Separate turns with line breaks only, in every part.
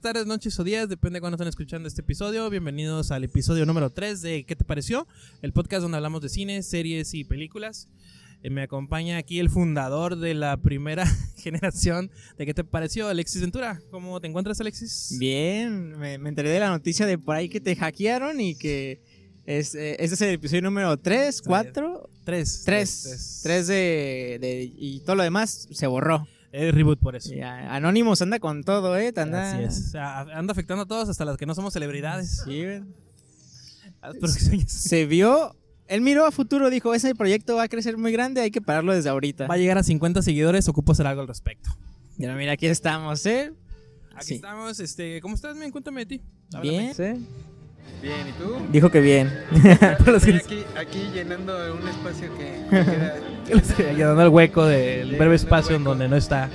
tardes, noches o días, depende de cuándo están escuchando este episodio. Bienvenidos al episodio número 3 de ¿Qué te pareció? El podcast donde hablamos de cine, series y películas. Eh, me acompaña aquí el fundador de la primera generación de ¿Qué te pareció? Alexis Ventura. ¿Cómo te encuentras, Alexis?
Bien, me, me enteré de la noticia de por ahí que te hackearon y que es, eh, este es el episodio número 3, 4,
Tres.
3, 3 de, de- y todo lo demás se borró.
Es reboot por eso.
Ya, Anonymous anda con todo, ¿eh? Te Anda,
Así es. O sea, anda afectando a todos, hasta las que no somos celebridades.
Sí, güey.
Ah, pero que sueñes.
se vio, él miró a futuro, dijo, ese proyecto va a crecer muy grande, hay que pararlo desde ahorita.
Va a llegar a 50 seguidores, ocupo hacer algo al respecto.
Mira, mira, aquí estamos, ¿eh?
Aquí
Sí.
estamos, este, ¿cómo estás, men? Cuéntame de ti. Háblame.
Bien.
Bien, ¿y tú?
Dijo que bien.
Para los que-
Estoy aquí, aquí llenando un espacio que que queda.
Llenando el hueco del
Sí,
breve
el
espacio en
hueco.
donde no está.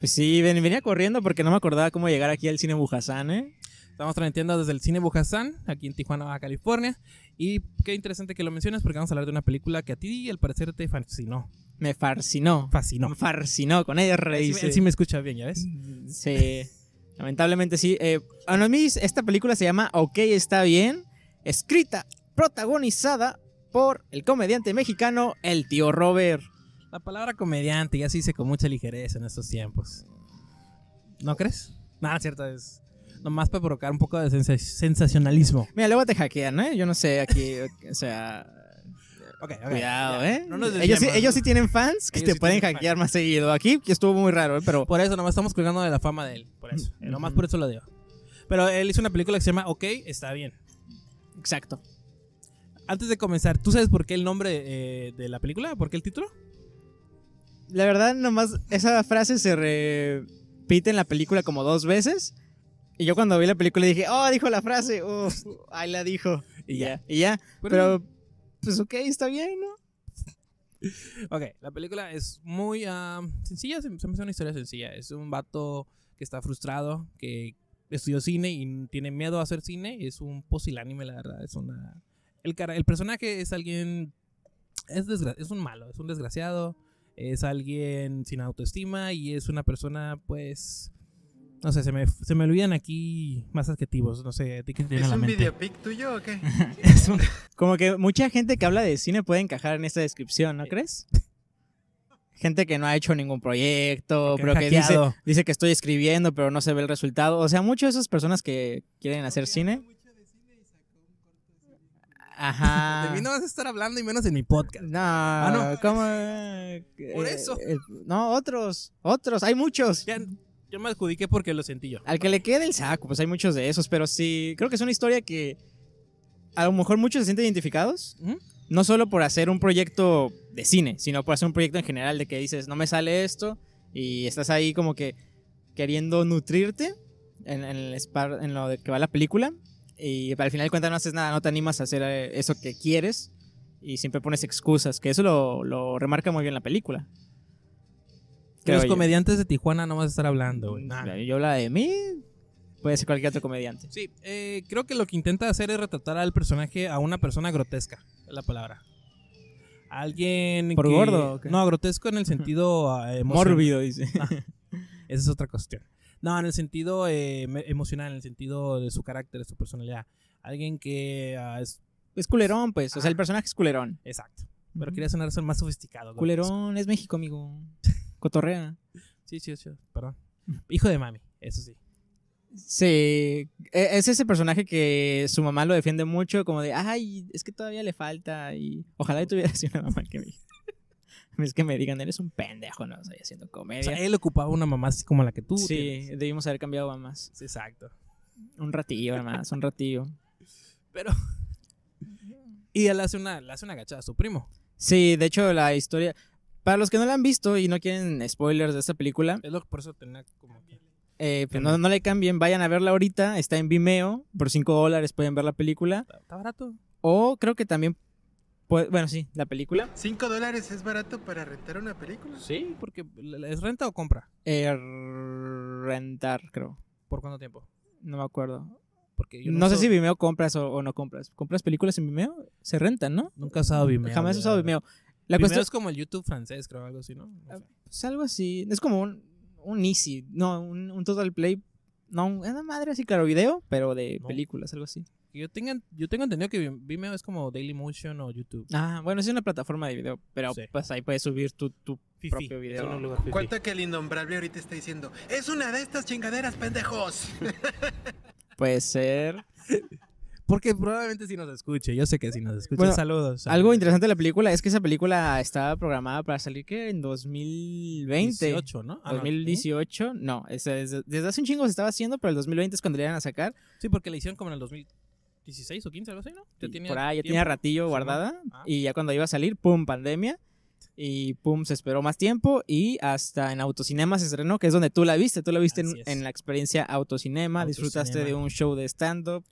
Pues sí, ven- venía corriendo porque no me acordaba cómo llegar aquí al cine Bujasán, ¿eh?
Estamos transmitiendo desde el Cine Bujasán, aquí en Tijuana, Baja California. Y qué interesante que lo mencionas porque vamos a hablar de una película que a ti al parecer te fascinó.
Me fascinó.
Fascinó.
Me fascinó con ella,
Él sí,
dice.
él sí me escucha bien, ¿ya ves?
Sí. Lamentablemente sí. Eh, a mí esta película se llama Ok, está bien. Escrita, protagonizada por el comediante mexicano El Tío Robert.
La palabra comediante ya se dice con mucha ligereza en estos tiempos. ¿No crees? Nada, cierto, es nomás para provocar un poco de sensa- sensacionalismo.
Mira, luego te hackean, ¿eh? Yo no sé aquí, o sea...
Ok, ok.
Cuidado,
ya.
¿eh?
No nos
ellos, sí,
desviemos.
ellos sí tienen fans que
Ellos
te
sí
pueden
tienen
hackear más seguido. Aquí estuvo muy raro, ¿eh? Pero
Por eso, nomás estamos colgando de la fama de él. Por eso.
Ujú.
Nomás por eso lo digo. Pero él hizo una película que se llama Ok, está bien.
exacto.
Antes de comenzar, ¿tú sabes por qué el nombre eh, de la película? ¿Por qué el título?
La verdad, nomás esa frase se repite en la película como dos veces. Y yo cuando vi la película dije, oh, dijo la frase, uf, ahí la dijo.
Y
Y
ya.
ya, y ya.
Pero-
Pero, pues ok, está bien, ¿no?
Ok, la película es muy ah, sencilla, se, se me hace una historia sencilla. Es un vato que está frustrado, que estudió cine y tiene miedo a hacer cine. Es un posilánime, la verdad. Es una. El, cara- el personaje es alguien. Es, desgra- es un malo, es un desgraciado. Es alguien sin autoestima y es una persona, pues. No sé, se me, se me olvidan aquí más adjetivos. No sé, ¿a ti qué te viene a
¿Es
la
un
mente?
videopic tuyo o qué?
Es un-
Como que mucha gente que habla de cine puede encajar en esta descripción, ¿no crees? Gente que no ha hecho ningún proyecto,
Que
pero que dice,
hackeado.
dice que estoy escribiendo, pero no se ve el resultado. O sea, muchas de esas personas que quieren hacer cine. Ajá.
De mí no vas a estar hablando y menos en mi podcast.
Ah, No,
Ah, no.
¿cómo?
Por
Eh,
eso.
eh, no, otros, otros, hay muchos.
Ya, yo me adjudiqué porque lo sentí yo.
Al que le quede el saco, pues hay muchos de esos, pero sí, creo que es una historia que a lo mejor muchos se sienten identificados,
Ujú.
no solo por hacer un proyecto de cine, sino por hacer un proyecto en general de que dices, no me sale esto, y estás ahí como que queriendo nutrirte en, en el espar- en lo de que va la película, y al final de cuentas no haces nada, no te animas a hacer eh, eso que quieres, y siempre pones excusas, que eso lo, lo remarca muy bien la película.
Que los
Creo yo.
comediantes de Tijuana no vas a estar hablando,
Mm,
güey. Nah.
Yo habla de mí, puede ser cualquier otro comediante.
Sí, eh, creo que lo que intenta hacer es retratar al personaje a una persona grotesca, es la palabra. Alguien
¿Por
que-
gordo o qué?
No, grotesco en el sentido ah, emocional.
Mórbido, dice.
Esa es otra cuestión. No, en el sentido eh, me- emocional, en el sentido de su carácter, de su personalidad. Alguien que ah, es
Es culerón, pues. O sea, el personaje es culerón.
exacto, pero quería sonar ser más sofisticado. grotesco.
Culerón es México, amigo. Cotorrea.
Sí, sí, sí, perdón. Hijo de mami, eso sí.
Sí, e- es ese personaje que su mamá lo defiende mucho, como de, ay, es que todavía le falta y ojalá yo tuviera así una mamá que me es que me digan, eres un pendejo, no estoy haciendo
O sea,
comedia.
él ocupaba una mamá así como la que tú.
Eh. Sí,
tienes.
debimos haber cambiado mamás.
Sí, exacto.
Un ratillo nada más, un ratillo.
Pero. Y él hace una, le hace una gachada a su primo.
Sí, de hecho la historia, para los que no la han visto y no quieren spoilers de esta película,
Es lo por eso tenía como. que-
Eh, pues
Ajá.
no, no le cambien, vayan a verla ahorita, está en Vimeo, por 5 dólares pueden ver la película.
Está está barato.
O creo que también, puede- bueno, sí, la película.
¿Cinco dólares es barato para rentar una película?
Sí. Porque es renta o compra.
Eh, rentar, creo.
¿Por cuánto tiempo?
No me acuerdo.
Porque yo
no sé
uso-
si Vimeo compras o, o no compras. ¿Compras películas en Vimeo? Se rentan, ¿no?
Nunca he usado Vimeo.
Jamás he
yo,
usado
la verdad.
Vimeo. La
Vimeo
cuestión pues,
es como el YouTube francés, creo, algo así, ¿no? No sé.
es algo así. Es como un, un Easy, no, un, un Total Play No, una madre así, claro, video, pero de
No.
películas, algo así.
Que Yo, tenga, yo tengo entendido que Vimeo es como Dailymotion o YouTube.
Ah, bueno, es una plataforma de video, pero
Sí.
pues ahí puedes subir tu, tu
Fifi,
propio video.
es un lugar fifi.
Cuenta que el innombrable ahorita está diciendo, es una de estas chingaderas, pendejos.
Puede ser.
Porque probablemente si nos escuche. Yo sé que si nos escucha.
Bueno,
saludos.
Algo interesante de la película es que esa película estaba programada para salir que en 2020.
2018, ¿no? Ah, no,
2018, no, es- es- desde hace un chingo se estaba haciendo, pero el 2020 es cuando le iban a sacar.
¿eh? Sí, porque la hicieron como en el 2016 o 15, algo así, ¿no?
y
tenía
por ahí ya tenía
tiempo.
ratillo
Simón.
guardada.
Ah.
Y ya cuando iba a salir, pum, pandemia. Y pum, se esperó más tiempo. Y hasta en Autocinema se estrenó, que es donde tú la viste. Tú la viste en,
Así es.
en la experiencia Autocinema. Disfrutaste de
Autocinema. Ah.
un show de stand-up.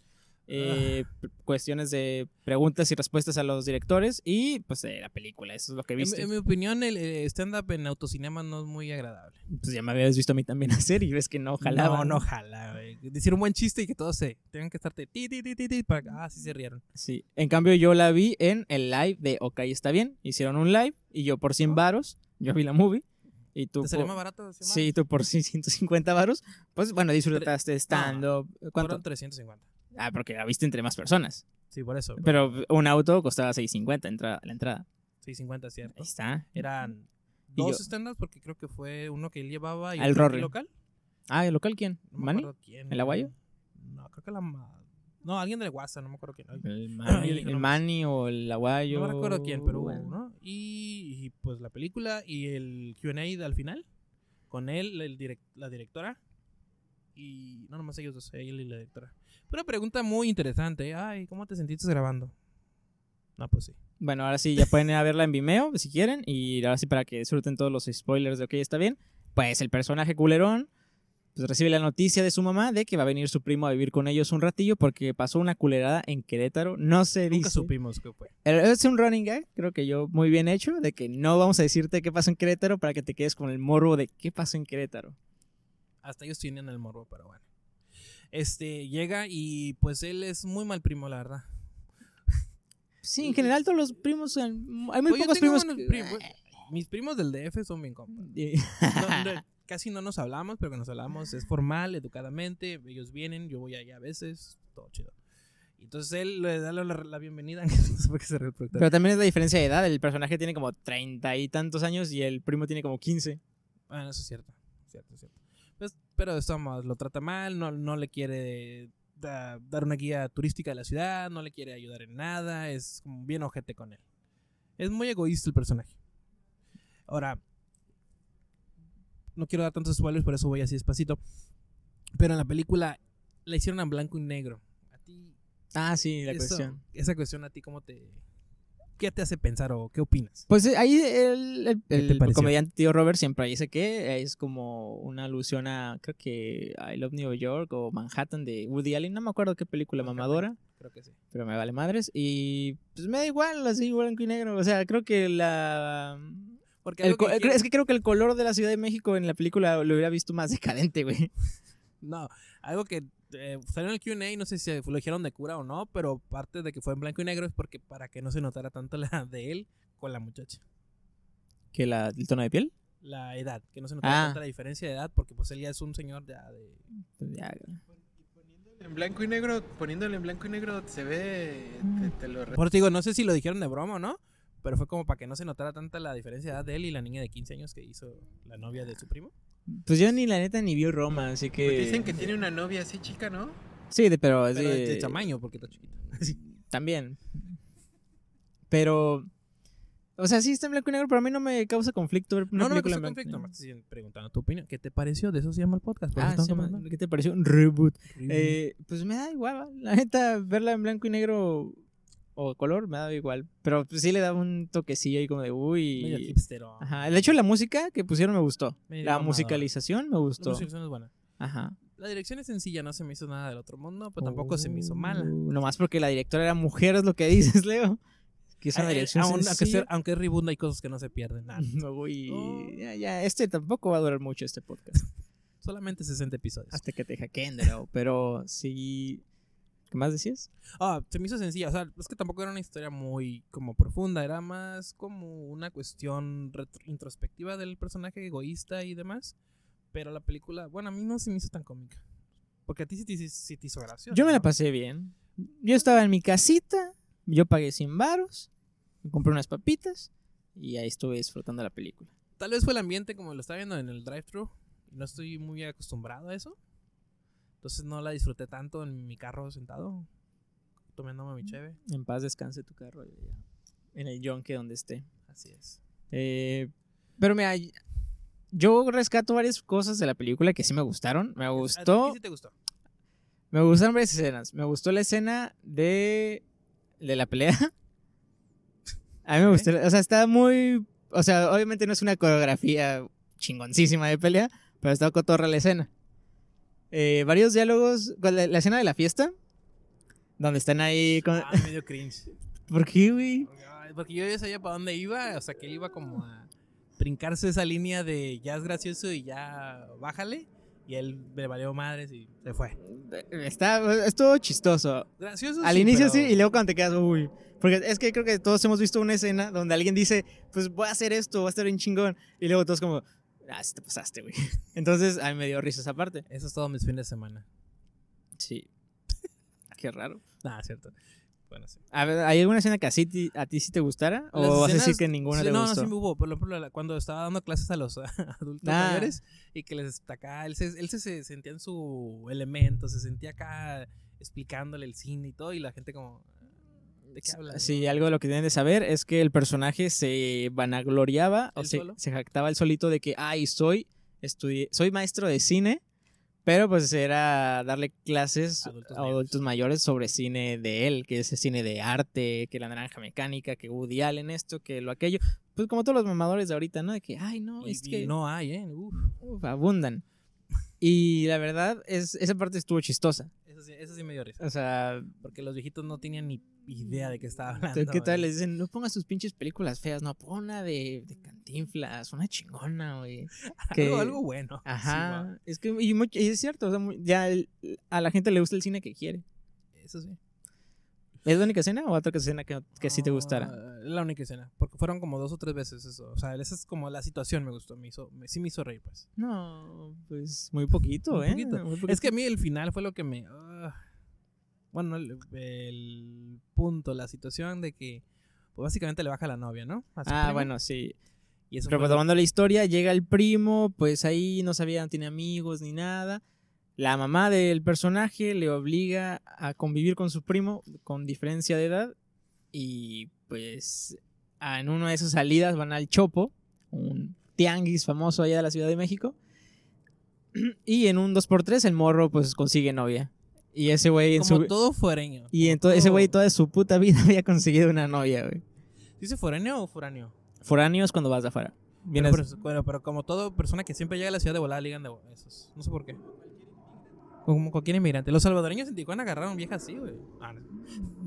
eh, p- cuestiones de preguntas y respuestas a los directores. Y pues de la película, eso es lo que
En,
viste.
en mi opinión, el eh, stand-up en autocinema no es muy agradable.
Pues ya me habías visto a mí también hacer. Y ves que no jalaba.
No, no ojalá, güey. Decir un buen chiste y que todos se tengan que estarte ti, ti, ti, ti, ti, para que, ah, sí se rieron.
Sí. En cambio, yo la vi en el live de Ok, está bien. Hicieron un live y yo por 100 varos, yo vi la movie. Y tú
¿Te salió
por-
más barato? Xiomara?
Sí, tú por 150 varos. Pues bueno, disfrutaste estando. ¿Cuánto?
Fueron 350.
Ah, porque la viste entre más personas.
Sí, por eso. Pero...
Pero un auto costaba 650 entra- la entrada.
650, cierto.
Ahí está.
Eran
Y
dos
yo-
stand-ups porque creo que fue uno que él llevaba y
Al
otro aquí
Rory.
local.
Ah, ¿el local quién?
No me
¿Manny?
acuerdo quién.
¿El aguayo?
No, creo que la... ma- No, alguien del WhatsApp, no me acuerdo quién. Ay,
El
Yo
Manny,
digo,
el
no, pues,
Manny o el Aguayo.
No me recuerdo quién, pero hubo
bueno.
uno. Y, y, pues la película y el QA al final. Con él, el direc- la directora. Y no, nomás ellos dos, él y la directora. Una pregunta muy interesante. Ay, ¿cómo te sentiste grabando? No, pues sí.
Bueno, ahora sí, ya pueden ir a verla en Vimeo si quieren. Y ahora sí, para que disfruten todos los spoilers de OK, está bien. Pues el personaje culerón pues, recibe la noticia de su mamá de que va a venir su primo a vivir con ellos un ratillo porque pasó una culerada en Querétaro. No se
Nunca
dice.
supimos qué fue.
Pero Es un running gag, creo que yo muy bien hecho, de que no vamos a decirte qué pasó en Querétaro para que te quedes con el morbo de qué pasó en Querétaro.
Hasta ellos tienen el morbo, pero bueno. Este, llega y pues él es muy mal primo, la verdad.
Sí, en general todos los primos, son- hay muy
Oye, yo
pocos
tengo
primos.
unos
que-
primos- Mis primos del DF son bien compas. No, no, casi no nos hablamos, pero que nos hablamos es formal, educadamente. Ellos vienen, yo voy allá a veces, todo chido. Y Entonces él le da la, la- la bienvenida, no sé por qué se ríe el productor.
Pero también es la diferencia de edad, el personaje tiene como treinta y tantos años y el primo tiene como quince.
Ah, no, eso es cierto, cierto, cierto. Pues, pero esto más, lo trata mal, no, no le quiere da- dar una guía turística de la ciudad, no le quiere ayudar en nada, es como bien ojete con él. Es muy egoísta el personaje. Ahora, no quiero dar tantos spoilers, por eso voy así despacito. Pero en la película la hicieron en blanco y negro. A ti,
Ah, sí, la
eso-
cuestión.
Esa cuestión a ti, ¿cómo te... ¿Qué te hace pensar o qué opinas?
Pues eh, ahí el, el-
¿Qué te
el
pareció?
comediante tío Robert siempre dice que es como una alusión a, creo que I Love New York o Manhattan de Woody Allen, no me acuerdo qué película
Manhattan.
mamadora,
Creo que sí.
pero me vale madres. Y pues me da igual, así blanco y negro. O sea, creo que la...
Porque
el
algo
co-
que
eh,
quiero-
es que creo que el color de la Ciudad de México en la película lo hubiera visto más decadente, güey.
No, algo que eh, salió en el QA, no sé si lo dijeron de cura o no, pero parte de que fue en blanco y negro es porque para que no se notara tanto la de él con la muchacha.
¿Que la, el tono de piel?
La edad, que no se notara
Ah.
tanto la diferencia de edad, porque pues él ya es un señor ya de.
Pues ya,
En blanco y negro, poniéndole en blanco y negro se ve, te, te lo re-
Por eso te digo, no sé si lo dijeron de broma o no, pero fue como para que no se notara tanta la diferencia de edad de él y la niña de 15 años que hizo la novia de su primo.
Pues yo ni la neta ni vi Roma, así que...
Porque Pues dicen que tiene una novia así chica, ¿no?
Sí, de- pero...
Pero
sí,
de, de tamaño, porque está chiquita.
También. Pero. O sea, sí está en blanco y negro, pero a mí no me causa conflicto ver una
No, no, me
película
causó
en blanco y
conflicto.
negro.
Más te siguen preguntando tu opinión. ¿Qué te pareció? De eso se llama el podcast. por eso
Ah,
estamos
sí, ma,
hablando.
¿Qué te pareció? Un reboot.
Review.
Eh, pues me da igual, va. la neta, verla en blanco y negro o color me da igual. Pero pues, sí le da un toquecillo ahí como de
Medio
uy.
hipster. ¿o?
Ajá. El hecho de la música que pusieron me gustó.
Medio
la
mamador.
musicalización me
La
gustó.
música es buena.
Ajá.
La dirección es sencilla, no se me hizo nada del otro mundo, pero pues, tampoco se me hizo
mal.
mala.
Uh, Nomás porque la directora era mujer, es lo que dices, Leo. Que es una
Eh, eh,
dirección
aún- aunque,
sencilla.
sea- aunque es reboot, hay cosas que no se pierden. nada.
No, güey.
Oh.
Ya, ya, este tampoco va a durar mucho este podcast.
Solamente 60 episodios.
Hasta que te hackeen de nuevo. Pero sí. ¿Qué más decías?
Ah, se me hizo sencilla. O sea, es que tampoco era una historia muy como profunda. Era más como una cuestión retro- introspectiva del personaje egoísta y demás. Pero la película, bueno, a mí no se me hizo tan cómica. Porque a ti sí te, sí te hizo gracioso.
Yo me la
¿no?
pasé bien. Yo estaba en mi casita, yo pagué 100 varos, me compré unas papitas y ahí estuve disfrutando la película.
Tal vez fue el ambiente como lo estaba viendo en el drive-thru. No estoy muy acostumbrado a eso. Entonces no la disfruté tanto en mi carro sentado, tomándome mi cheve.
En paz descanse tu carro allá en el yonque donde esté.
Así es.
Eh, pero mira, yo rescato varias cosas de la película que sí me gustaron. Me
¿A ti
gustó,
¿Qué sí te gustó?
me gustaron varias escenas. Me gustó la escena de, de la pelea. A mí me
Ok.
gustó, o sea, está muy, o sea, obviamente no es una coreografía chingoncísima de pelea, pero está cotorra la escena. Eh, varios diálogos, con la, la escena de la fiesta, donde están ahí con...
Ah, medio cringe.
¿Por qué, güey?
Ay, Porque yo ya sabía para dónde iba, o sea, que iba como a brincarse esa línea de ya es gracioso y ya bájale. Y él me valió madres y se fue.
Está, es todo chistoso.
Gracioso.
Al
sí,
inicio
pero-
sí, y luego cuando te quedas, uy. Porque es que creo que todos hemos visto una escena donde alguien dice, pues voy a hacer esto, va a estar bien chingón. Y luego todos como, ah, sí te pasaste, güey. Entonces, a mí me dio risa esa parte.
Eso es todo mis fines de semana.
Sí. Qué raro.
Nada, cierto. Bueno, sí.
A ver, ¿hay alguna escena que así ti- a ti sí te gustara? ¿O
Las
vas a decir
escenas-
que ninguna
sí,
te
no,
gustó?
No, sí me hubo. Por ejemplo, la- cuando estaba dando clases a los adultos
Ah.
mayores y que les destacaba, él, se, él se, se sentía en su elemento, se sentía acá explicándole el cine y todo, y la gente como... "Mm, ¿De qué hablas?
Sí, algo de lo que tienen de saber es que el personaje se vanagloriaba o
¿Él
se,
solo?
se jactaba él solito de que, ay, soy, estudié, soy maestro de cine, pero pues era darle clases
Adultos
a adultos mayores sobre cine de él, que es el cine de arte, que la naranja mecánica, que Woody Allen, esto, que lo aquello. Pues como todos los mamadores de ahorita, ¿no? De que, ay, no,
Y,
es
y
que
no hay, ¿eh? Uf.
uf, abundan. Y la verdad, es, esa parte estuvo chistosa.
Eso sí, eso sí me dio risa.
O sea,
Porque los viejitos no tenían ni idea de qué estaba hablando. ¿eh?
Entonces, ¿Qué tal?
güey.
Les dicen, no pongas tus pinches películas feas, no, pon una de, de cantinflas, una chingona, güey. que-
Algo, algo bueno. Sí,
Ajá. es que, y, mucho- y es cierto, o sea, mu- ya el- a la gente le gusta el cine que quiere.
va. Eso sí.
¿Es la única escena o otra escena que, que sí te gustara?
Ah, La única escena. Porque fueron como dos o tres veces eso. O sea, esa es como la situación me gustó. Me hizo, me- sí me hizo reír, pues.
No, pues muy poquito,
Un
¿eh?
poquito.
Muy
Es
poquito.
que a mí el final fue lo que me. ah. bueno, el, el punto, la situación de que. Pues básicamente le baja la novia, ¿no? A su
Ah,
primo,
bueno, sí.
Y eso fue lo-
Retomando pues, la historia, llega el primo, pues ahí no sabía, no tiene amigos ni nada. La mamá del personaje le obliga a convivir con su primo con diferencia de edad y pues a- en una de sus salidas van al Chopo, un tianguis famoso allá de la Ciudad de México. Y en un 2x3 el morro pues consigue novia. Y ese güey en
como
su...
todo fuereño.
Y entonces ese güey
todo-
toda su puta vida había conseguido una novia, güey.
¿Dice fuereño o foráneo?
Foráneo es cuando vas de afuera. Vienes-
Pero, pero- bueno, pero como toda persona que siempre llega a la ciudad de volada, ligan de esos. No sé por qué. Como cualquier inmigrante. Los salvadoreños en Tijuana agarraron viejas así, güey. Ah, no.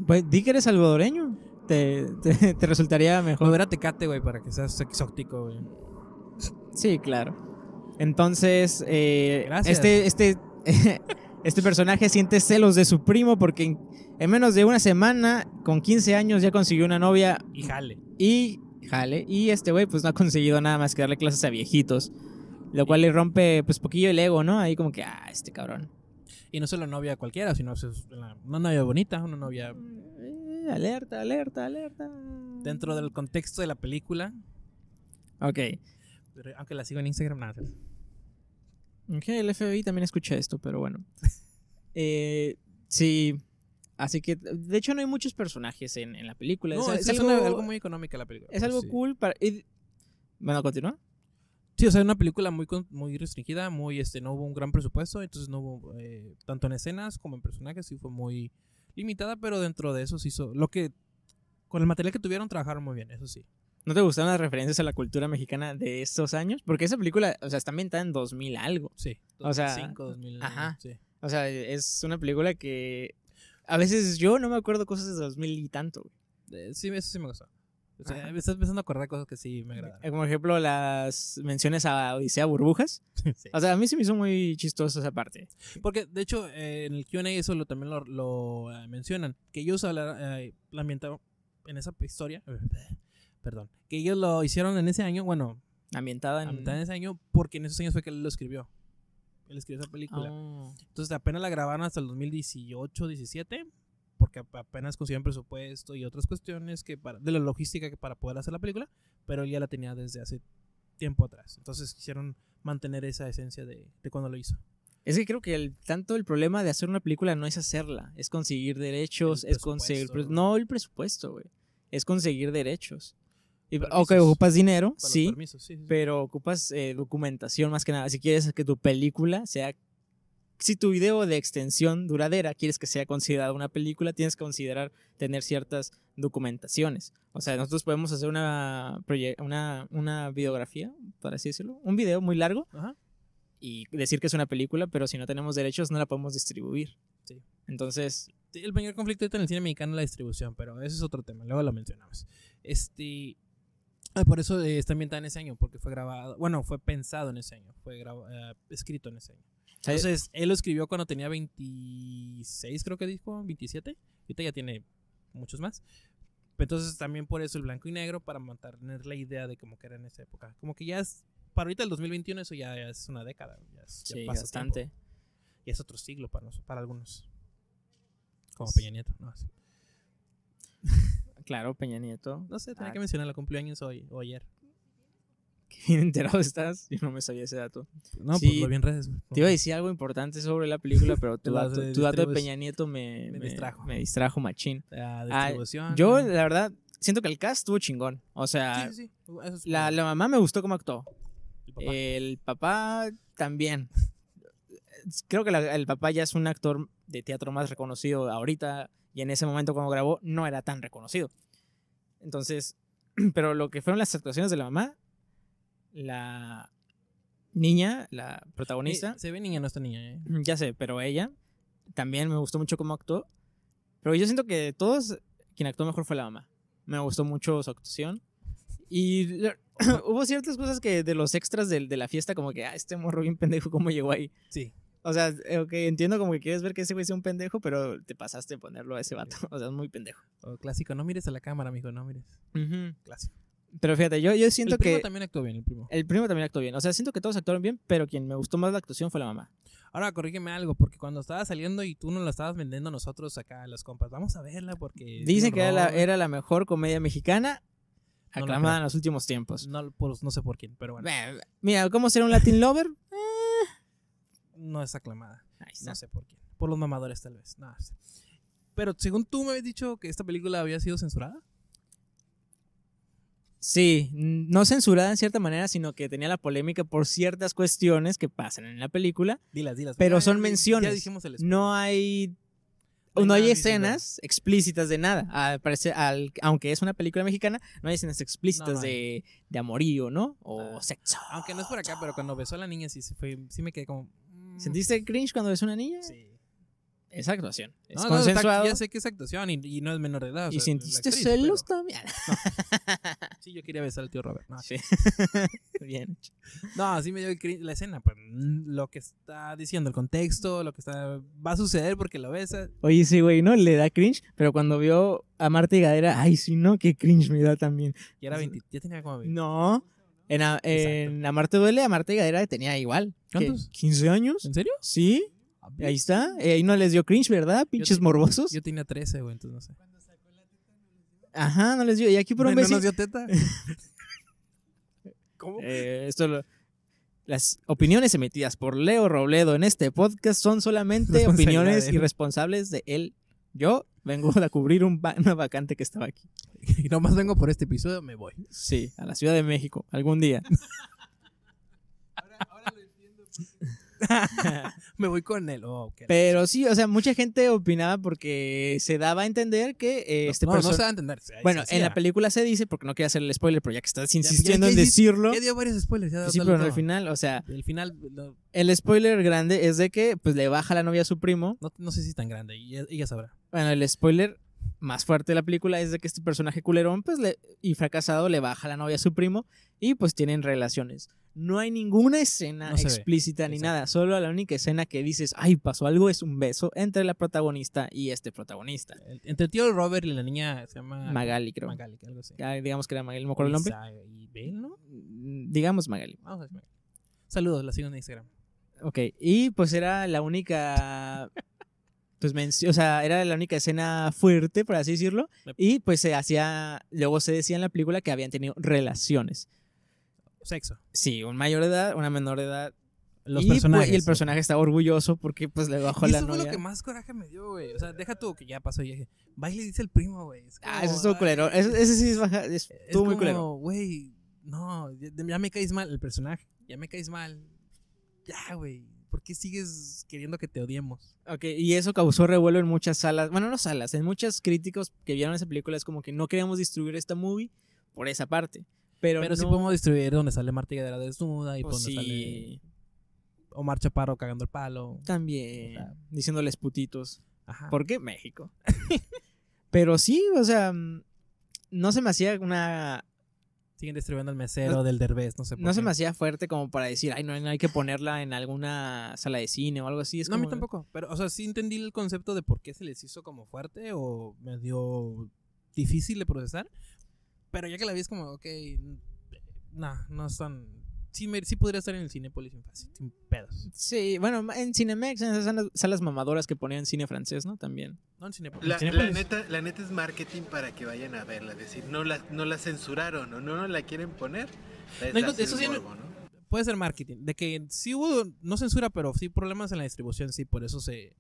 Pues di que eres salvadoreño. Te, te- te resultaría
Me
mejor.
hubiera tecate, güey, para que seas exótico, güey.
Sí, claro. Entonces, eh,
Gracias.
este, este, este personaje siente celos de su primo porque en, en menos de una semana, con 15 años, ya consiguió una novia
Y jale.
y jale. Y este güey, pues no ha conseguido nada más que darle clases a viejitos. Lo cual le rompe, pues, poquillo el ego, ¿no? Ahí como que, ah, este cabrón.
Y no solo novia cualquiera, sino es una una novia bonita, una novia
Eh, alerta, alerta, alerta.
dentro del contexto de la película.
Ok.
Pero Aunque la sigo en Instagram, nada. cierto.
Ok, el FBI también escucha esto, pero bueno. Eh, sí. Así que, de hecho, no hay muchos personajes en, en la película.
No,
es,
es,
es
es
algo,
una- algo muy económica la película.
es algo
sí.
cool para... y- bueno, continúa.
Sí, o sea, es una película muy, con- muy restringida, muy, este, no hubo un gran presupuesto, entonces no hubo, eh, tanto en escenas como en personajes, sí fue muy limitada, pero dentro de eso se hizo, lo que, con el material que tuvieron trabajaron muy bien, eso sí.
¿No te gustaron las referencias a la cultura mexicana de estos años? Porque esa película, o sea, está ambientada en 2000 algo.
Sí.
O sea,
2005, 2000,
ajá.
sí.
O sea, es una película que... A veces yo no me acuerdo cosas de 2000 y tanto. güey.
Eh, sí, eso sí me gustó. O sea,
Ajá.
me estás empezando a acordar cosas que sí me agradaron.
Eh, Como ejemplo, las menciones a Odisea Burbujas.
Sí.
O sea, a mí se me hizo muy chistoso esa parte.
Porque, de hecho, eh, en el QA eso lo, también lo, lo, eh, mencionan. Que ellos hablaron, eh, la ambientaron en esa historia. Perdón. Que ellos lo hicieron en ese año, bueno,
Ambientada en...
ambientada en ese año, porque en esos años fue que él lo escribió. Él escribió esa película.
Ah.
Entonces apenas la grabaron hasta el 2018, 17, porque ap- apenas consiguieron presupuesto y otras cuestiones que para, de la logística que para poder hacer la película, pero él ya la tenía desde hace tiempo atrás. Entonces quisieron mantener esa esencia de, de cuando lo hizo.
Es que creo que el, tanto el problema de hacer una película no es hacerla, es conseguir derechos,
El
es conseguir...
presupuesto.
pre- no el presupuesto, güey. Es conseguir derechos. Y, ok,
Permisos.
ocupas dinero,
Para los
sí,
permisos, sí, sí, sí.
pero ocupas eh, documentación más que nada. Si quieres que tu película sea... Si tu video de extensión duradera quieres que sea considerada una película, tienes que considerar tener ciertas documentaciones. O sea, nosotros podemos hacer una, proye- una, una videografía, por así decirlo, un video muy largo
Ajá.
y decir que es una película, pero si no tenemos derechos no la podemos distribuir.
Sí.
Entonces,
El mayor conflicto ahorita en el cine mexicano es la distribución, pero ese es otro tema, luego lo mencionamos. Este, ah, por eso eh, está ambientada en ese año, porque fue grabado, bueno, fue pensado en ese año, fue graba- eh, escrito en ese año.
eh,
Entonces, él lo escribió cuando tenía 26, creo que dijo, 27. Ahorita ya tiene muchos más. Entonces, también por eso el blanco y negro, para mantener la idea de cómo que era en esa época. Como que ya es, para ahorita el 2021 eso ya, ya es una década. Ya, es- ya
sí,
pasa tiempo.
bastante.
Y es otro siglo para, nos- para algunos. Como
Sí.
Peña Nieto. No, sí.
Claro, Peña Nieto.
No sé, tenía
Ah.
que mencionarlo. Cumplió años hoy o ayer.
Qué bien enterado estás. Yo no me sabía ese dato.
No,
Sí.
pues lo vi en redes. güey.
Te iba a decir algo importante sobre la película, pero tu
Las,
dato,
eh,
tu dato de
distribu-
Peña Nieto me,
me distrajo.
me distrajo machín.
pues, La
Ah,
distribución.
Yo, la verdad, siento que el cast estuvo chingón. O sea,
Sí, sí, sí. Eso es-
La, eh, la mamá me gustó cómo actuó.
el papá.
El papá también. Creo que la- el papá ya es un actor de teatro más reconocido ahorita y en ese momento cuando grabó no era tan reconocido. Entonces, pero lo que fueron las actuaciones de la mamá, la niña, la
Eh,
protagonista,
Se ve niña, no está niña, ¿eh?
Mm, ya sé, pero ella también me gustó mucho cómo actuó. Pero yo siento que de todos, quien actuó mejor fue la mamá. Me gustó mucho su actuación. Y la- hubo ciertas cosas que de los extras del- de, la fiesta, como que, ah, este morro bien pendejo, ¿cómo llegó ahí?
Sí.
O sea, eh, ok, entiendo como que quieres ver que ese güey sea un pendejo, pero te pasaste a ponerlo a ese vato. O sea, es muy pendejo.
O clásico, no mires a la cámara, amigo, no mires. Clásico.
Pero fíjate, yo, yo siento
el primo
que.
también actuó bien, el primo.
El primo también actuó bien. O sea, siento que todos actuaron bien, pero quien me gustó más la actuación fue la mamá.
Ahora, corrígeme algo, porque cuando estaba saliendo y tú nos la estabas vendiendo a nosotros acá, a los compas, vamos a verla porque... es
Dicen
un
que era la,
horror.
era la mejor comedia mexicana
No la
aclamada
creo.
en los últimos tiempos.
No, pues, no sé por quién, pero bueno,
Bueno, Mira, ¿cómo ser un Latin lover?
no es aclamada.
Ahí
pues,
está.
No sé por quién. Por los mamadores, tal vez. No sé. Pero según tú me habías dicho que esta película había sido censurada.
Sí, n- no censurada en cierta manera, sino que tenía la polémica por ciertas cuestiones que pasan en la película.
Dilas, dilas.
Pero
Ya,
son
ya-
menciones.
Ya dijimos el
No hay.
No hay
No
Pues, nada
hay
explícito.
escenas explícitas de nada. Al parecer- al- aunque es una película mexicana, no hay escenas explícitas
No, no
de, de amorío, ¿no? O
Ah.
sexo.
Aunque no es por acá, pero cuando besó a la niña sí, se fue, sí me quedé como... mm,
¿Sentiste el cringe cuando ves una niña?
Sí.
Esa actuación. Es
No, no, está-
consensuado.
ya sé que es actuación y, y no es menor de edad. o
¿Y
sea, la
sentiste
actriz,
celos
pero-
también?
Sí, yo quería besar al tío Robert. No,
Sí. Ah, Bien hecho.
No, sí me dio el cringe la escena, pues mm, lo que está diciendo, el contexto, lo que está va a suceder porque lo besa.
Oye, sí, güey, ¿no? Le da cringe, pero cuando vio a Marta y Gadera, ay, sí, no, qué cringe me da también.
Y era 20, ya tenía como 20.
No. En, a, en
Exacto.
Amarte Duele, a Marta y Gadera tenía igual. ¿Qué,
¿Cuántos?
¿15 años?
¿En serio?
Sí, ahí está. Eh, Ahí no les dio cringe, ¿verdad? Pinches
te-
morbosos.
Yo tenía 13, güey, entonces no sé.
Ajá, no les dio. Y aquí por un
¿No- no
beso.
nos dio teta? ¿Cómo?
Eh, esto lo- Las opiniones emitidas por Leo Robledo en este podcast son solamente
Responsabilidad
opiniones
de él.
irresponsables de él. Yo vengo a cubrir un va- una vacante que estaba aquí.
Y nomás vengo por este episodio, me voy.
Sí, a la Ciudad de México, algún día.
Ahora, ahora lo entiendo. porque-
Me voy con él. Oh, qué
Pero sí, o sea, mucha gente opinaba porque se daba a entender que eh,
No,
este
no, no
perso-
se va a entender. se-
Bueno,
se
en la
hacía.
película se dice, porque no quiero hacer el spoiler, pero ya que estás
ya
insistiendo en
hiciste-
decirlo.
Ya dio varios spoilers. Ya
Sí, pero al final, o sea,
El final, no,
el spoiler grande es de que pues le baja la novia a su primo.
no, no sé si es tan grande. y ya- Ella sabrá.
Bueno, el spoiler más fuerte de la película es de que este personaje culerón pues le, y fracasado le baja la novia a su primo y pues tienen relaciones. No hay ninguna escena
No se ve.
explícita ni
Exacto.
nada, solo la única escena que dices, ay, pasó algo, es un beso entre la protagonista y este protagonista.
El- entre el tío Robert y la niña se llama
Magali, creo.
Ah, Magali, algo así.
Ah, digamos que era Magali, no me acuerdo el nombre.
Isa- Y Bale, ¿no?
Mm, Digamos Magali.
Vamos a ver. Saludos, la sigo en Instagram.
Ok, y pues era la única. Pues mencio- o sea, era la única escena fuerte, por así decirlo.
Yep.
Y pues se hacía. Luego se decía en la película que habían tenido relaciones.
Sexo.
Sí, un mayor de edad, una menor de edad.
Los
y, pues,
personajes.
y el personaje estaba orgulloso porque pues le bajó
Y
la
eso fue
novia.
lo que más coraje me dio, güey. O sea, deja tú que ya pasó y dije, va y le dice el primo, güey. Es
Ah,
como,
eso estuvo culero.
ay,
Ese, ese sí es baja. es-
es
Estuvo muy
como,
culero.
Güey, no, ya, ya me caes mal el personaje. Ya me caes mal. Ya, güey. ¿Por qué sigues queriendo que te odiemos?
Ok, y eso causó revuelo en muchas salas. Bueno, no salas, en muchos críticos que vieron esa película es como que no queríamos distribuir esta movie por esa parte. Pero,
Pero, sí
no-
podemos distribuir donde sale Marta de la desnuda y
pues,
pues donde
sí,
sale Omar Chaparro cagando el palo.
también
O sea,
diciéndoles putitos.
Ajá.
¿Por qué México? Pero sí, o sea, mm, no se me hacía una
Siguen distribuyendo el mesero
No-
del derbez, no sé por
no se
qué.
me hacía fuerte como para decir, ay, no, no hay que ponerla en alguna sala de cine o algo así. Es
no, a mí
como-
tampoco. Pero, o sea, sí entendí el concepto de por qué se les hizo como fuerte o medio difícil de procesar. Pero ya que la vi es como, ok, n- nah, no es tan... Sí, me- sí podría estar en el Cinépolis sin fácil, sin pedos.
Sí, bueno, en Cinemex, en esas salas- salas mamadoras que ponían cine francés, ¿no? También.
No en Cinépolis.
La, la
Cinépolis.
neta, la neta es marketing para que vayan a verla. Es decir, no la, no la censuraron o no, no la quieren poner. Es
No,
hacer
eso sí, no-
morbo, ¿no?
Puede ser marketing. De que sí hubo, no censura, pero sí problemas en la distribución, sí. Por eso se,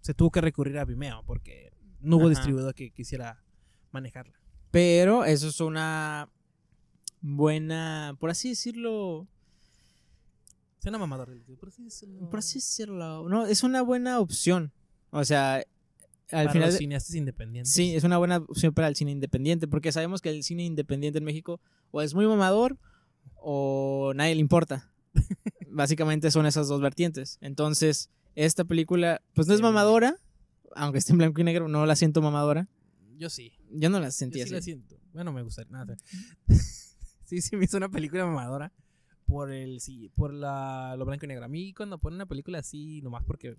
se tuvo que recurrir a Vimeo, porque no hubo
Ajá.
distribuidor que quisiera manejarla.
Pero eso es una buena, por así decirlo,
Suena mamador. les digo, Por así decirlo.
por así decirlo, no, es una buena opción. O sea, al
Para
final
los cineastas independientes.
sí, es una buena opción para el cine independiente, porque sabemos que el cine independiente en México o es muy mamador o nadie le importa. Básicamente son esas dos vertientes. Entonces, esta película pues no es
Sí, güey.
mamadora, aunque esté en blanco y negro, no la siento mamadora.
Yo sí.
Yo no la sentí
Yo sí la
así.
siento. Bueno, me gustaría. Nada. sí, sí, me hizo una película mamadora por el sí, por la, lo blanco y negro. A mí cuando ponen una película así, nomás porque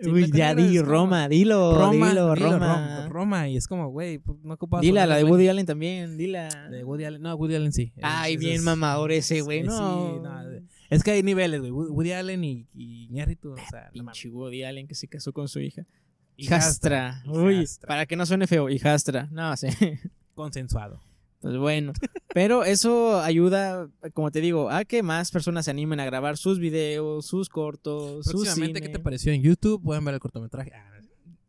sí,
Uy,
blanco y
ya
negro
di
es como-
Roma, dilo,
Roma,
Oh, dilo,
dilo,
Roma.
Rom- Roma, y es como, güey, pues, no ocupas.
Dila,
poner
la de
blanco-
Woody Allen también, dila.
de Woody Allen. No, Woody Allen sí.
Ay,
Es-
bien
es-
mamador ese, güey,
sí,
no.
no, de- Es que hay niveles, güey. Wo- Woody Allen y, y Ñarritu, o sea, no mames.
Ah, Pinche Woody Allen que se casó con su hija.
Hijastra,
Hijastra. Uy,
hijastra.
para que no suene feo, hijastra. No, sí.
Consensuado.
Pues bueno. Pero eso ayuda, como te digo, a que más personas se animen a grabar sus videos, sus cortos, sus
Próximamente, ¿qué
cine.
te pareció en YouTube? Pueden ver el cortometraje. Ah,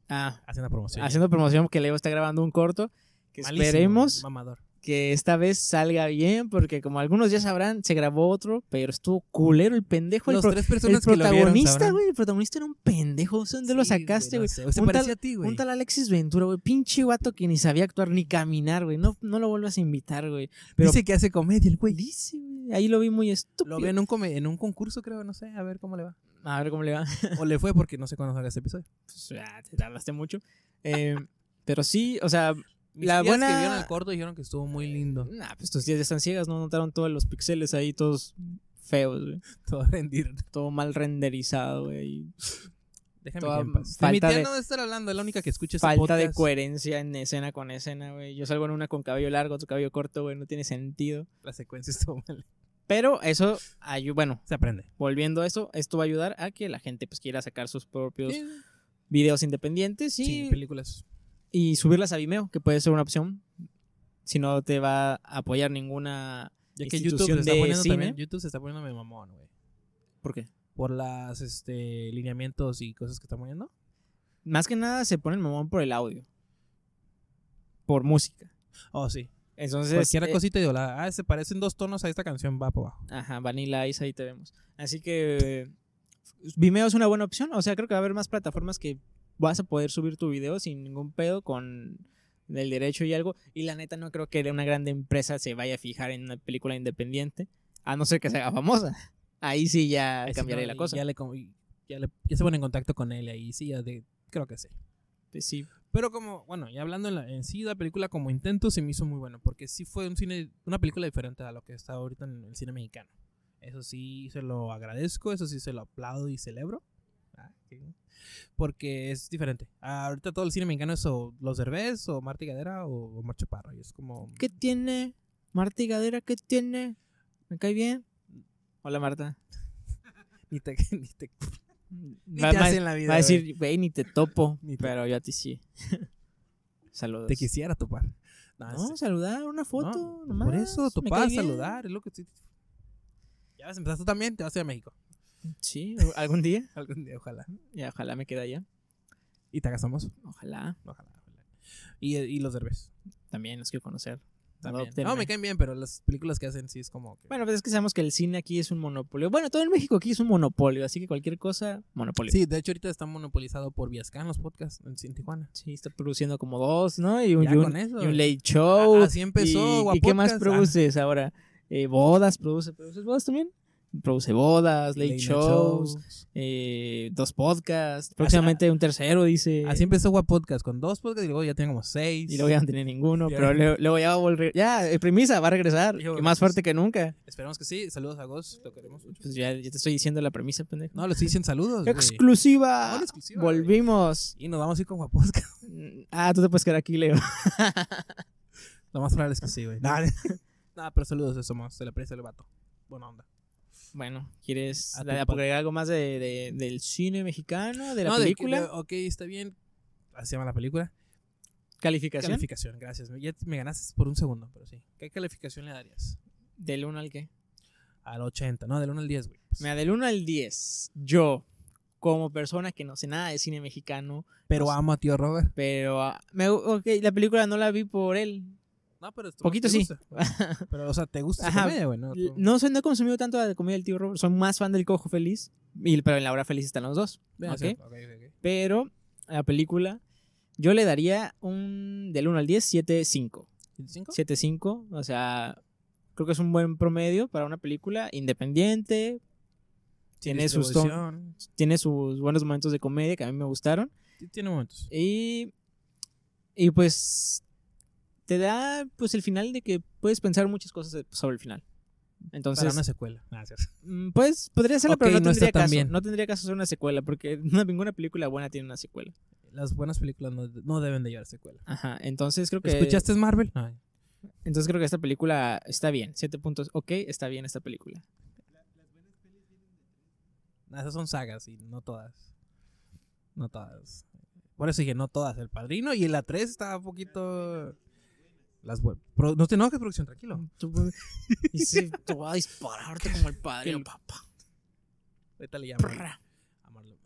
Ah,
haciendo promoción.
haciendo promoción que Leo está grabando un corto. Que
Malísimo,
esperemos
Mamador.
que esta vez salga bien, porque como algunos ya sabrán, se grabó otro, pero estuvo culero el pendejo. el
Los
pro-
tres
El
personas que lo vieron
protagonista,
sabrán.
güey. El protagonista era un pendejo. ¿de ¿Dónde lo
Sí,
sacaste,
no
güey?
sé, Se
Un
parecía
tal-
a ti, güey.
Un tal Alexis Ventura, güey. Pinche guato que ni sabía actuar ni caminar, güey. No, no lo vuelvas a invitar, güey. pero-
Dice que hace comedia el güey.
Dice, güey. Ahí lo vi muy estúpido.
Lo ve en un, come- en un concurso, creo, no sé, a ver cómo le va.
A ver cómo le va.
O le fue porque no sé cuándo salga este episodio.
Pues, ah, te tardaste mucho. Eh, pero sí, o sea,
Mis
La
tías
buena-
que vieron el corto dijeron que estuvo muy lindo.
nah, pues tus días están ciegas, ¿no? Notaron todos los pixeles ahí, todos feos, güey.
Todo rendir.
Todo mal renderizado, güey.
Déjame
Toda
que en paz. De
falta
mi tía
de-
no debe estar hablando, es la única que escucha este
Falta de
podcast.
coherencia en escena con escena, güey. Yo salgo en una con cabello largo, tu cabello corto, güey. No tiene sentido.
La secuencia estuvo mal.
Pero eso, ayu- bueno,
Se aprende.
volviendo a eso, esto va a ayudar a que la gente pues quiera sacar sus propios videos independientes
Sí,
y,
películas.
y subirlas a Vimeo, que puede ser una opción. Si no te va a apoyar ninguna...
Ya que YouTube
Institución
se está
de
poniendo
cine.
también. YouTube se está poniendo medio mamón, güey.
¿Por qué?
Por las este, lineamientos y cosas que está poniendo.
Más que nada se ponen mamón por el audio. Por música.
Oh, sí.
Entonces...
Cualquier
eh,
cosita y hola, ah, se parecen dos tonos a esta canción, va para abajo.
Ajá, Vanilla Ice, ahí te vemos. Así que... eh, Vimeo es una buena opción. O sea, creo que va a haber más plataformas que vas a poder subir tu video sin ningún pedo con el derecho y algo. Y la neta no creo que una grande empresa se vaya a fijar en una película independiente. A no ser que se haga famosa. Ahí sí ya
Ahí sí,
cambiaría
no,
la
y
cosa.
Ya, le, com- y ya, le- ya se pone en contacto con él y ahí, sí, ya de- creo que sí.
Pues sí.
Pero como, bueno, ya hablando en, la- en sí, la película como intento se me hizo muy bueno, porque sí fue un cine, una película diferente a lo que está ahorita en el cine mexicano. Eso sí se lo agradezco, eso sí se lo aplaudo y celebro. Ah, qué bien. Porque es diferente. Ahorita todo el cine mexicano es o Los Derbez, o Marta y Gadera, o, o Mar Chaparro, Y es como...
¿Qué tiene? Marta Higadera, ¿qué tiene? ¿Me cae bien? Hola Marta.
Ni te, ni te, ni
Va,
te
va-
hacen la vida.
va
güey.
a decir, güey, ni te topo.
Ni te-
pero yo a ti sí. Saludos.
Te quisiera topar. No, es-
No, saludar, una foto.
no,
nomás,
Por eso,
me
topar,
cae bien.
saludar, es lo que sí. Ya vas a empezar tú también, te vas a ir a México.
Sí, algún día.
Algún día, ojalá.
Ya, ojalá me quede allá.
Y te casamos.
Ojalá.
Ojalá, ojalá. Y, eh, y los derbes.
También los quiero conocer.
También.
Adóptenme.
No, me caen bien, pero las películas que hacen sí es como que.
Bueno, pues es que sabemos que el cine aquí es un monopolio. Bueno, todo en México aquí es un monopolio, así que cualquier cosa, monopolio.
Sí, de hecho ahorita está monopolizado por Viascan los podcasts en, en Tijuana.
Sí, está produciendo como dos, ¿no? Y un,
Ya
y un-
con eso.
y un late show.
así empezó, Ah.
y, ¿y qué más
Guapodcast?
produces ahora? Eh, bodas, produce, ¿produces bodas también? Produce bodas, late,
Late night
shows,
shows.
eh, dos podcasts, próximamente un tercero, dice.
Así ah, empezó Guapodcast con dos podcasts y luego ya tengo como seis.
Eh. y luego ya no tenía ninguno,
Ya.
pero luego, luego ya va a volver. Ya, eh, premisa, va a regresar.
Yo-
y más fuerte que nunca.
Esperamos que sí. Saludos a Ghost, lo queremos mucho.
Pues ya, ya te estoy diciendo la premisa, pendejo.
No, les dicen saludos. güey.
¡Exclusiva!
Hola, exclusiva, güey.
Volvimos.
Y nos vamos a ir con Guapodcast.
Ah, tú te puedes quedar aquí, Leo.
Lo más probable es que sí, güey. Nada, Nada, pero saludos, eso más. Se le aprecia el vato. Buena onda.
Bueno, ¿quieres
A tu
la-
pa-
agregar algo más de, de- del cine mexicano, de la
No, de que-
película?
de- ok, está bien. Así se llama la película.
¿Calificación?
Calificación, gracias. Me- Ya me ganaste por un segundo, pero sí. ¿Qué calificación le darías?
¿Del 1 al qué?
Al 80, no, del 1 al 10, güey. Pues,
Mira, del 1 al 10, yo, como persona que no sé nada de cine mexicano,
pero
pues-
amo a tío Robert.
pero ah, me, ok, la película no la vi por él.
No, pero esto-
Poquito
te
sí.
gusta. Pero, o sea, ¿te gusta su
Ajá.
comedia, güey? No, tú-
No, soy, no he consumido tanto la comida del tío Robert, soy más fan del Cojo Feliz, y, pero en La Hora Feliz están los dos.
Bueno,
ok.
sí, ok, ok, ok.
Pero la película, yo le daría un, del 1 al 10, 7, 5.
¿El cinco?
7.5, o sea, creo que es un buen promedio para una película independiente, tiene sus, tom-
Distribución.
tiene sus buenos momentos de comedia que a mí me gustaron
Sí, Tiene momentos.
y, y pues te da pues el final de que puedes pensar muchas cosas de- sobre el final. Entonces,
para una secuela. Gracias.
mm, pues podría serla,
Ok,
pero no,
no está
tendría
tan
caso.
bien.
No tendría caso hacer una secuela porque no- ninguna película buena tiene una secuela.
Las buenas películas no, no deben de llevar secuela.
Ajá, entonces creo que
¿Escuchaste Marvel? No.
entonces creo que esta película está bien. 7 puntos. Ok, está bien esta película.
No, Esas son sagas y no todas. No todas. Por eso dije, no todas. El Padrino y la 3 estaba un poquito... Las bu- Pro- No te enojes, producción, tranquilo.
Tú, güey, y sí, te voy a dispararte como el padre,
El-
papá.
Ahorita le llamo
Prra.
a Marlon.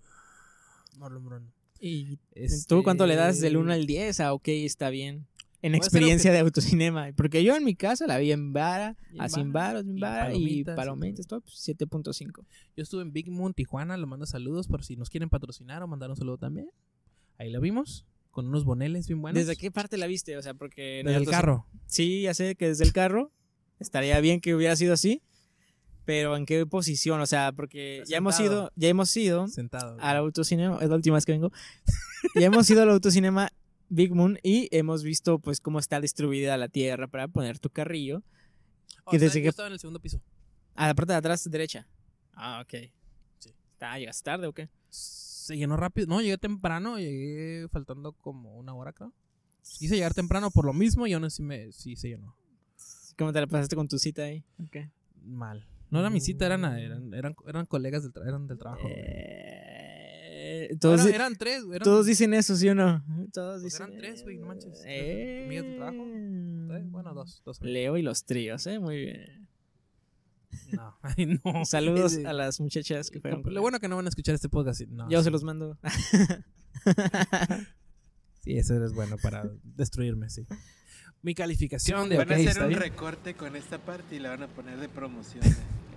Marlon Brando.
¿Y
Este-
tú cuánto le das del 1 al 10? Ah, ok, está
Voy
bien. En
a hacer
experiencia de autocinema. Porque yo en mi casa la vi en vara,
Y en
a sin
vara,
varos,
y
en vara y
palomitas, y
palomitas, todo, pues, 7.5.
Yo estuve en Big Moon, Tijuana. Le mando saludos por si nos quieren patrocinar o mandar un saludo también. Ahí lo vimos. Con unos boneles bien buenos.
¿Desde qué parte la viste? O sea, porque. en
Desde el
autocin-
carro.
Sí, ya sé que desde el carro estaría bien que hubiera sido así. Pero ¿en qué posición? O sea, porque ya hemos
Sentado.
ido, ya hemos ido
Sentado. güey.
al autocinema, es la última vez que vengo. ya hemos ido al autocinema Big Moon y hemos visto pues cómo está distribuida la tierra para poner tu carrillo.
Oh,
que
¿sabes?
desde
Yo
que-
estaba en el segundo piso.
A la parte de atrás derecha. Ah, ok.
Sí.
Ah, ¿llegas tarde o qué?
Se llenó rápido. No, llegué temprano. Llegué faltando como una hora, creo. Quise llegar temprano por lo mismo y aún así me, sí se llenó.
¿Cómo te la pasaste con tu cita ahí? Ok.
Mal. No era mi cita, eran, eran, eran, eran colegas del, tra- eran del trabajo. güey.
Eh, todos,
Eran-
di-
eran tres, güey, eran-
todos dicen eso, ¿sí o no? Todos
Pues
dicen
eran tres, güey, no manches.
Eh.
Amigas de trabajo. tres, bueno, dos. dos amigos.
Leo y los tríos, ¿eh? Muy bien.
No, ay, no.
Saludos
Ese-
a las muchachas que fueron.
Lo
con Leo.
bueno que no van a escuchar este podcast. No,
Yo
sí.
se los mando.
Sí, eso es bueno para destruirme, sí. Mi calificación de
Van
ok,
a hacer
está
un
bien.
recorte con esta parte y la van a poner de promoción.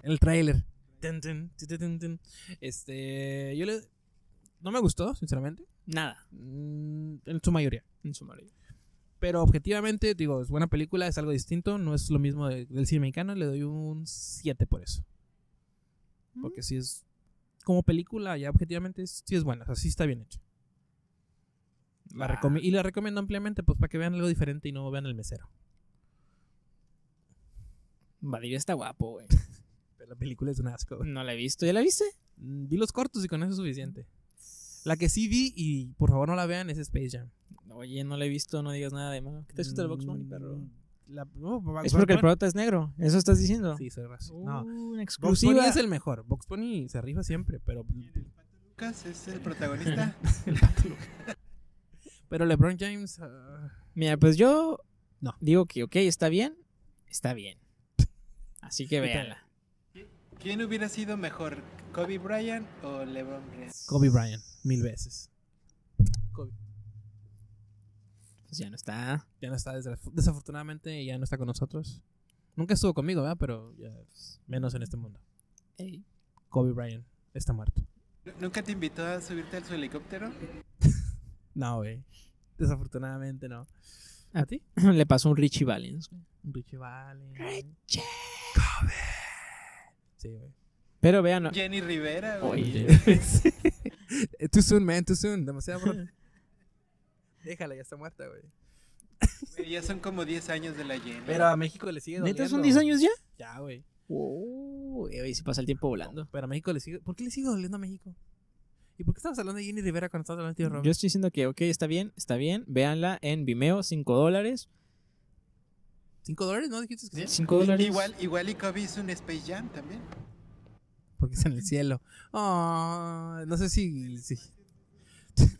El tráiler. Tin, tin, tin, tin, tin, tin. Este, yo le no me gustó, sinceramente,
Nada,
Mm, en su mayoría.
en sumario.
Pero objetivamente, digo, es buena película, es algo distinto, no es lo mismo de- del cine mexicano, le doy un 7 por eso.
Mm.
Porque si es como película, ya objetivamente es- sí es buena, o sea, sí está bien hecho. La
Ah.
recome- y la recomiendo ampliamente, pues para que vean algo diferente y no vean el mesero.
Vadir está guapo, güey.
Pero la película es un asco. güey.
No la he visto. ¿Ya la viste?
Mm, Vi los cortos y con eso es suficiente.
Mm.
La que sí vi y por favor no la vean es Space Jam.
Oye, no la he visto, no digas nada de malo. ¿Qué te has visto el Box Bunny, perro?
Mm, la- no, Bugs
Es porque el Oh.
Bunny-
prota es negro. ¿Eso estás diciendo?
Sí, soy racista. No.
Uh, Una
Bugs Bunny
exclusiva.
es el mejor. Bugs Bunny se rifa siempre, pero,
Lucas es el protagonista.
pero LeBron James. ah,
Mira, pues yo
No.
digo que, ok, está bien. Está bien. Así que véanla.
¿Quién hubiera sido mejor, Kobe Bryant o LeBron James?
Kobe Bryant, mil veces.
Pues ya no está.
Ya no está, desaf- desafortunadamente, ya no está con nosotros. Nunca estuvo conmigo, ¿verdad? Pero ya, pues, menos en este mundo.
Ey.
Kobe Bryant está muerto.
¿Nunca te invitó a subirte a su helicóptero?
No, güey. Desafortunadamente no. ¿A ti?
Le pasó un Richie Valens. güey.
Richie Vale.
Richie.
Sí, güey.
Pero vean.
Jenny Rivera. güey.
Oye.
Eh, Too soon, man, too soon. Demasiado pronto. Déjala, ya está muerta, güey.
Güey, Ya son como 10 años de la Jenny.
Pero a México le sigue doliendo.
¿Neta son 10 años ya?
Ya, güey.
Wow. Ey, se pasa el tiempo volando.
Pero a México le sigue... ¿Por qué le sigue doliendo a México? ¿Y por qué estamos hablando de Jenny Rivera cuando estamos hablando de Tío Robert?
Yo estoy diciendo que, ok, está bien, está bien. Véanla en Vimeo, 5 dólares.
¿Cinco dólares? ¿No dijiste que sí?
5 dólares.
Igual, igual y Kobe hizo un Space Jam también.
Porque está en el cielo. Ah, no sé si... si-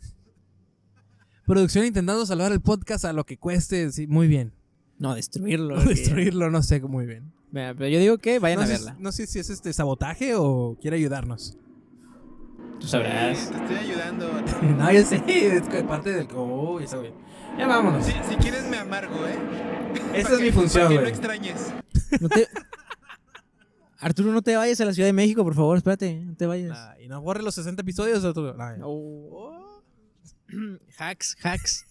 Producción intentando salvar el podcast a lo que cueste. Sí, muy bien.
No, destruirlo.
O
porque-
destruirlo, no sé, muy bien.
Mira, pero yo digo que vayan
no
a
sé-
verla.
no sé si es este sabotaje o quiere ayudarnos.
Tú
Eh,
pues, sabrás.
Te estoy ayudando.
No, yo sé, es que parte del... Uy, esa güey. Ya vámonos.
Si, si quieres me amargo, ¿eh?
Esa
Pa'
es mi
que- pa'
función,
que no
güey.
extrañes.
No te- Arturo, no te vayas a la Ciudad de México, por favor, espérate, no te vayas.
Nah, Ah, y no borre los 60 episodios. Otro... nah, ya.
Ah. Oh. hacks, hacks.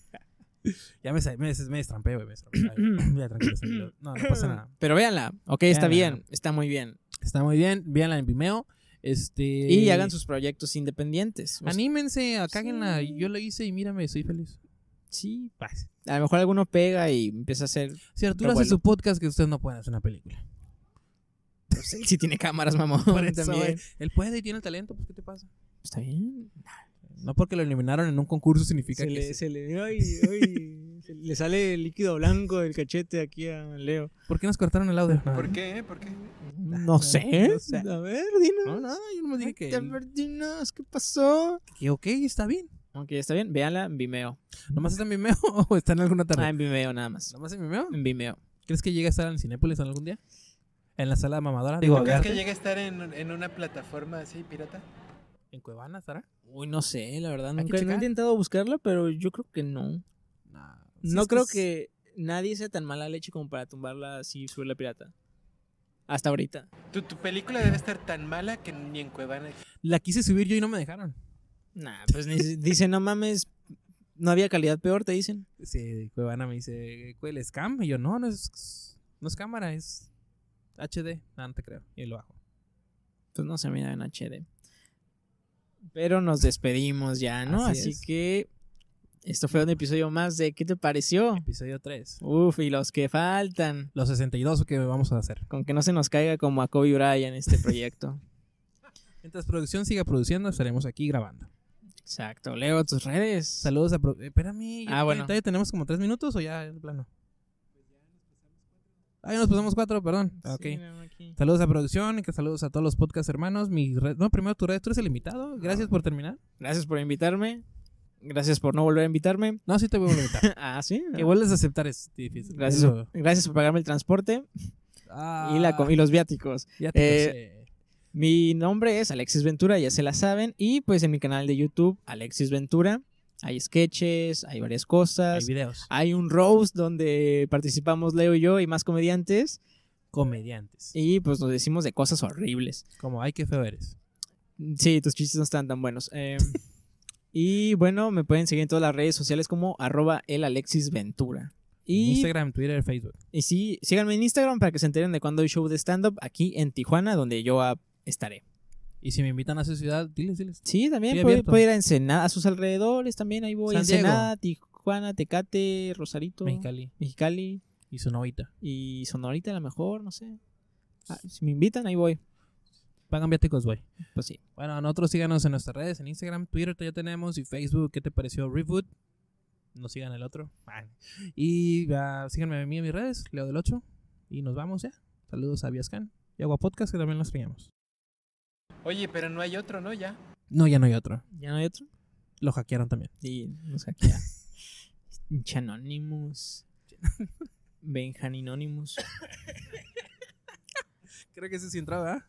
Ya me, sa- me, des- me destrampé, güey. me destrampé. Ay, Ya, tranquilo, tranquilo. No, no pasa nada.
Pero véanla, ok, está
Véanla.
bien, está muy bien.
Está muy bien. Véanla en Vimeo. Este...
Y hagan sus proyectos independientes.
Anímense, acá
Sí.
Yo lo hice y mírame, soy feliz.
Sí,
Bye.
a lo mejor alguno pega y empieza a hacer.
Si Arturo
Pero
hace
bueno.
su podcast, que ustedes no pueden hacer una película.
No sé, si pues, tiene cámaras, mamón.
Por eso,
también.
güey, Él puede y tiene el talento, pues, ¿qué te pasa?
Está bien.
No porque lo eliminaron en un concurso significa
Se
que.
le,
sí.
se le, ay, ay, se le sale el líquido blanco del cachete aquí a Leo.
¿Por qué nos cortaron el audio?
¿Por qué? eh? ¿Por qué?
No sé.
no sé.
A ver, dinos.
No, nada, yo nomás dije que.
A ver, dinos, ¿qué pasó?
Que ok, está bien.
Ok, está bien. Véanla en Vimeo.
¿Nomás está en Vimeo o está en alguna
Ah,
tarde?
en Vimeo nada más.
¿Nomás en Vimeo?
En Vimeo.
¿Crees que llegue a estar en Cinépolis algún día? ¿En la sala mamadora?
¿Tú
Digo,
crees que
en
llega a estar en, en una plataforma así, pirata?
Cuevana, ¿estará?
Uy, no sé, la verdad.
que
Nunca no he
checar.
intentado buscarla, pero yo creo que no. no creo que nadie sea tan mala leche como para tumbarla así sobre la pirata. Hasta ahorita.
Tu, tu película debe estar tan mala que ni en Cuevana.
La quise subir yo y no me dejaron.
Nah, pues ni- dicen, no mames, no había calidad peor, te dicen.
Sí, Cuevana me dice, ¿cuál es cam? Y yo, no, no es, no es cámara, es HD. Ah, no te creo. Y lo bajo.
Pues no se mira en HD. Pero nos despedimos ya, ¿no?
Así
Así,
es.
que esto fue un episodio más de ¿Qué te pareció?
Episodio 3.
Uf, y los que faltan.
Los 62 que vamos a hacer.
Con que no se nos caiga como a Kobe Bryant este proyecto.
Mientras producción siga produciendo, estaremos aquí grabando.
Exacto. Leo, tus redes.
Saludos a... pro- eh, Espérame. ya-
Ah, bueno.
¿todavía tenemos como 3 minutos o ya, de plano? Ah, ya nos pasamos 4, perdón. Ah, ok.
Sí, no, aquí.
Saludos a producción y que saludos a todos los podcast hermanos. Mi red, no, primero tu red, tú eres el invitado. Gracias
Ah.
por terminar.
Gracias por invitarme. Gracias por no volver a invitarme.
No, sí te voy a invitar.
Ah, sí.
que vuelves a aceptar es difícil.
Gracias, gracias por pagarme el transporte y, la, com- y los viáticos.
Ah, Ya te
Eh,
caché.
Mi nombre es Alexis Ventura, ya se la saben. Y pues en mi canal de YouTube, Alexis Ventura, hay sketches, hay varias
Hay
cosas.
videos.
Hay un roast donde participamos Leo y yo y más comediantes.
Comediantes.
Y pues nos decimos de cosas horribles.
Como, ay, qué feo eres.
Sí, tus chistes no están tan buenos. Eh, y bueno, me pueden seguir en todas las redes sociales como arroba el Alexis Ventura. Y
Instagram, Twitter, Facebook.
Y sí, síganme en Instagram para que se enteren de cuando hay show de stand-up aquí en Tijuana, donde yo ah, estaré.
Y si me invitan a su ciudad, diles, diles.
Sí, también
Sí,
puedo,
abierto.
puedo ir a Ensenada, a sus alrededores también, ahí voy.
San Diego.
Ensenada, Tijuana, Tecate, Rosarito, Mexicali.
Mexicali y su novita.
y Sonorita a lo mejor, no sé. Ah, si me invitan, ahí voy.
Pagan viáticos, güey.
Pues sí.
Bueno, a nosotros síganos en nuestras redes, en Instagram, Twitter ya tenemos y Facebook. ¿Qué te pareció Reboot? No sigan al otro. Ah. Y ah, síganme a mí en mis redes, Leo del 8. Y nos vamos ya. Saludos a Viascan y Agua Podcast, que también los extrañamos.
Oye, pero no hay otro, ¿no? Ya.
No, ya no hay otro.
¿Ya no hay otro?
Lo hackearon también.
Y nos hackea. Pinche Anonymous. Benjaninonymous.
¿ah? Creo que ese sí entraba.